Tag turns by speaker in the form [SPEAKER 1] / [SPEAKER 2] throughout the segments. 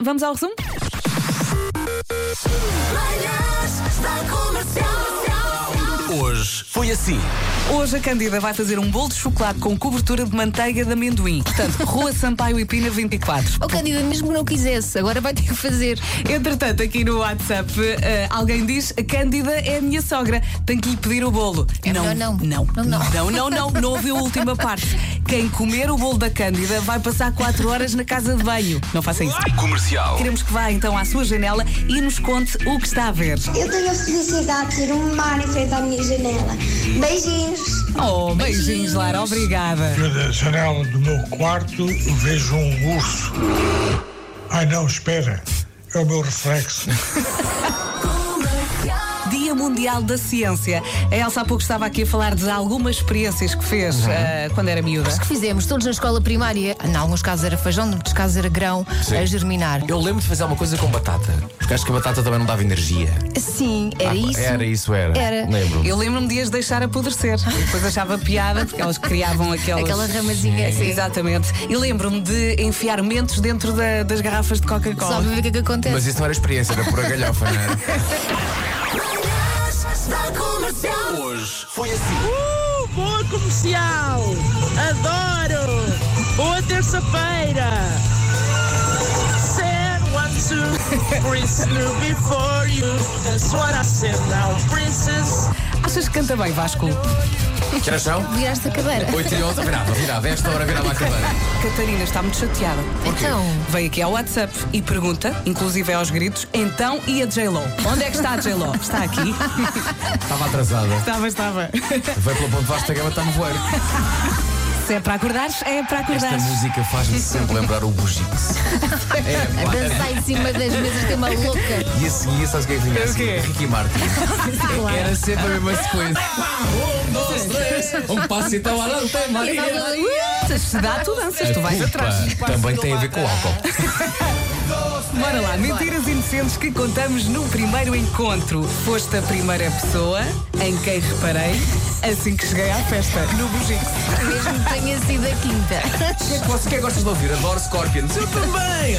[SPEAKER 1] Vamos ao resumo?
[SPEAKER 2] Manhãs da Comercial.
[SPEAKER 3] Hoje foi assim.
[SPEAKER 1] Hoje a Candida vai fazer um bolo de chocolate com cobertura de manteiga de amendoim. Portanto, Rua Sampaio e Pina 24.
[SPEAKER 4] Ó Candida, mesmo que não quisesse, agora vai ter que fazer.
[SPEAKER 1] Entretanto, aqui no WhatsApp, eh, alguém diz: a Cândida é a minha sogra, tenho que lhe pedir o bolo.
[SPEAKER 4] É melhor não.
[SPEAKER 1] Não, não, não.
[SPEAKER 4] Não, não.
[SPEAKER 1] Não, não, não, não ouviu a última parte. Quem comer o bolo da Cândida vai passar 4 horas na casa de banho. Não faça isso.
[SPEAKER 3] Comercial.
[SPEAKER 1] Queremos que vá então à sua janela e nos conte o que está a ver.
[SPEAKER 5] Eu tenho a felicidade de ter um mar em frente à minha janela. Beijinhos!
[SPEAKER 1] Oh, beijinhos, Lara, obrigada.
[SPEAKER 6] Eu, da janela do meu quarto vejo um urso. Ai não, espera, é o meu reflexo.
[SPEAKER 1] Dia Mundial da Ciência. A Elsa há pouco estava aqui a falar de algumas experiências que fez eh, quando era miúda.
[SPEAKER 4] Que fizemos todos na escola primária, em alguns casos era feijão, em outros casos era grão
[SPEAKER 3] Sim.
[SPEAKER 4] a germinar.
[SPEAKER 3] Eu lembro de fazer alguma coisa com batata. Porque acho que a batata também não dava energia.
[SPEAKER 4] Sim, era
[SPEAKER 3] Ah,
[SPEAKER 4] isso.
[SPEAKER 3] Era isso, era.
[SPEAKER 4] Era.
[SPEAKER 3] Lembro.
[SPEAKER 1] Eu lembro-me de as deixar apodrecer. E Depois achava piada, porque elas criavam aquelas...
[SPEAKER 4] Aquela ramazinha assim.
[SPEAKER 1] Exatamente. E lembro-me de enfiar mentos dentro da- das garrafas de
[SPEAKER 4] Só
[SPEAKER 1] Coca-Cola.
[SPEAKER 4] para ver o que é que acontece.
[SPEAKER 3] Mas isso não era experiência, era pura galhofa, não era?
[SPEAKER 2] Manhãs da Comercial.
[SPEAKER 3] Hoje foi assim.
[SPEAKER 7] Uh, boa comercial! Adoro! Boa terça-feira! Said one, two, Prince knew before you. That's what I said now, princess.
[SPEAKER 1] Achas que canta bem, Vasco?
[SPEAKER 3] Que horas são?
[SPEAKER 4] Viraste a cadeira.
[SPEAKER 3] 8 e 11, virava, virava. Esta hora virava a cadeira.
[SPEAKER 1] Catarina está muito chateada.
[SPEAKER 4] Então,
[SPEAKER 1] Veio aqui ao WhatsApp e pergunta, inclusive é aos gritos, então e a J-Lo? Onde é que está a J-Lo? Está aqui?
[SPEAKER 3] Estava atrasada.
[SPEAKER 1] Estava, estava.
[SPEAKER 3] Veio pela ponte vasta gama, está no voeiro.
[SPEAKER 1] Se é para acordares, é para
[SPEAKER 3] Esta
[SPEAKER 1] acordares.
[SPEAKER 3] música faz-me sempre lembrar o Bugix. É,
[SPEAKER 4] a dançar em cima das mesas tem uma louca.
[SPEAKER 3] E a seguir, sabes o que é que vinha? a
[SPEAKER 1] O quê?
[SPEAKER 3] seguir? Ricky Martin. Era sempre a mesma sequência. Um, dois, três. Um passo e tal, lá não tem mais.
[SPEAKER 1] Se dá, tu danças, tu vais atrás.
[SPEAKER 3] Também tem a ver com o álcool.
[SPEAKER 1] Bora lá, mentiras inocentes que contamos no primeiro encontro. Foste a primeira pessoa em quem reparei assim que cheguei à festa, no Bugix.
[SPEAKER 4] Mesmo que tenha sido a quinta.
[SPEAKER 3] O que é que você que gostas de ouvir? Adoro Scorpions. Eu também!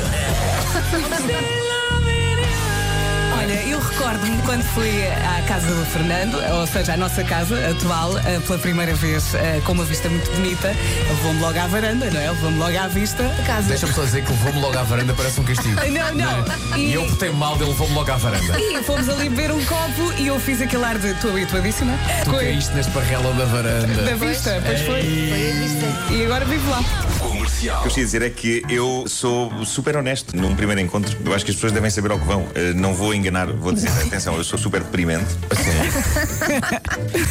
[SPEAKER 1] Olha, eu recordo-me quando fui à casa do Fernando, ou seja, à nossa casa atual, eh, pela primeira vez, eh, com uma vista muito bonita. Levou-me logo à varanda, não é? Levou-me logo à vista.
[SPEAKER 4] Casa.
[SPEAKER 3] Deixa-me só dizer que levou-me logo à varanda, parece um castigo.
[SPEAKER 1] Não, não.
[SPEAKER 3] E eu portei mal, ele levou-me logo à varanda.
[SPEAKER 1] e fomos ali beber um copo e eu fiz aquele ar de estou habituadíssima.
[SPEAKER 3] Tu
[SPEAKER 1] com a-
[SPEAKER 3] caíste na esparrela
[SPEAKER 1] Da
[SPEAKER 3] da varanda.
[SPEAKER 1] vista, pois foi.
[SPEAKER 4] É. Foi a vista.
[SPEAKER 1] E agora vivo lá.
[SPEAKER 8] O que eu gostaria de dizer é que eu sou super honesto num primeiro encontro. Eu acho que as pessoas devem saber ao que vão. Eh, não vou enganar, vou dizer, atenção, eu sou super deprimente.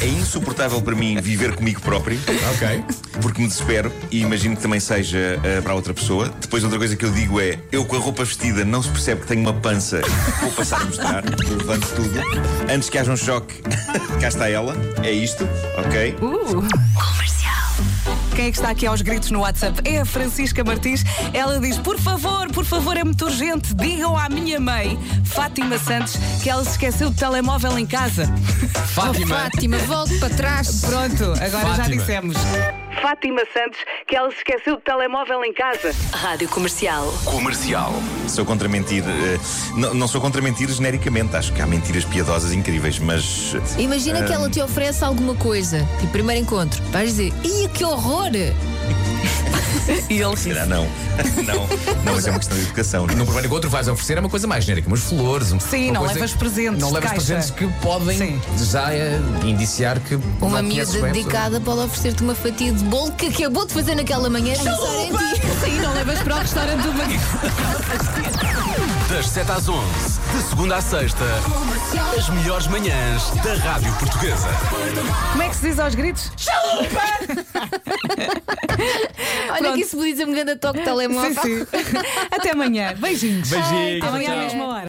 [SPEAKER 8] É insuportável para mim viver comigo próprio,
[SPEAKER 3] Ok.
[SPEAKER 8] porque me desespero e imagino que também seja eh, para outra pessoa. Depois, outra coisa que eu digo é: eu com a roupa vestida não se percebe que tenho uma pança, vou passar a mostrar, eu levanto tudo. Antes que haja um choque, cá está ela, é isto, ok?
[SPEAKER 1] Quem é que está aqui aos gritos no WhatsApp é a Francisca Martins. Ela diz: Por favor, por favor, é muito urgente. Digam à minha mãe, Fátima Santos, que ela se esqueceu do telemóvel em casa.
[SPEAKER 3] Fátima.
[SPEAKER 4] Fátima, volte para trás.
[SPEAKER 1] Pronto, agora já
[SPEAKER 3] Fátima.
[SPEAKER 1] dissemos. Fátima Santos, que ela se esqueceu do telemóvel em casa.
[SPEAKER 9] Rádio Comercial.
[SPEAKER 8] Comercial. Sou contra mentir. eh, não, não sou contra mentir genericamente. Acho que há mentiras piadosas incríveis, mas. eh,
[SPEAKER 4] Imagina que ela
[SPEAKER 3] Hum.
[SPEAKER 4] te oferece alguma coisa. E primeiro encontro. Vais dizer, ia que horror!
[SPEAKER 1] E ele disse:
[SPEAKER 8] Será não? não. Não, mas é uma questão de educação.
[SPEAKER 3] No
[SPEAKER 8] Não.
[SPEAKER 3] primeiro encontro vais oferecer é uma coisa mais genérica, umas flores. um-
[SPEAKER 1] Sim,
[SPEAKER 3] uma
[SPEAKER 1] não
[SPEAKER 3] coisa
[SPEAKER 1] levas
[SPEAKER 3] que-
[SPEAKER 1] presentes
[SPEAKER 3] Não
[SPEAKER 1] de
[SPEAKER 3] levas
[SPEAKER 1] caixa.
[SPEAKER 3] presentes que podem
[SPEAKER 1] Sim.
[SPEAKER 3] já eh, indiciar que.
[SPEAKER 4] Uma
[SPEAKER 3] não é? conheces
[SPEAKER 4] miúda
[SPEAKER 3] bem a
[SPEAKER 4] dedicada para ela oferecer-te uma fatia de bolo que acabou de fazer naquela manhã. Pensar em ti.
[SPEAKER 1] Sim, não levas para o restaurante do Maguinho.
[SPEAKER 10] Das 7 às 11, de segunda à sexta, as melhores manhãs da Rádio Portuguesa.
[SPEAKER 1] Como é que se diz aos gritos?
[SPEAKER 4] Olha
[SPEAKER 1] Pronto.
[SPEAKER 4] que isso podia dizer um grande toque de telemóvel.
[SPEAKER 1] Sim, sim. Até amanhã. Beijinhos.
[SPEAKER 10] Beijinhos,
[SPEAKER 1] Até amanhã à
[SPEAKER 4] tchau.
[SPEAKER 1] mesma hora.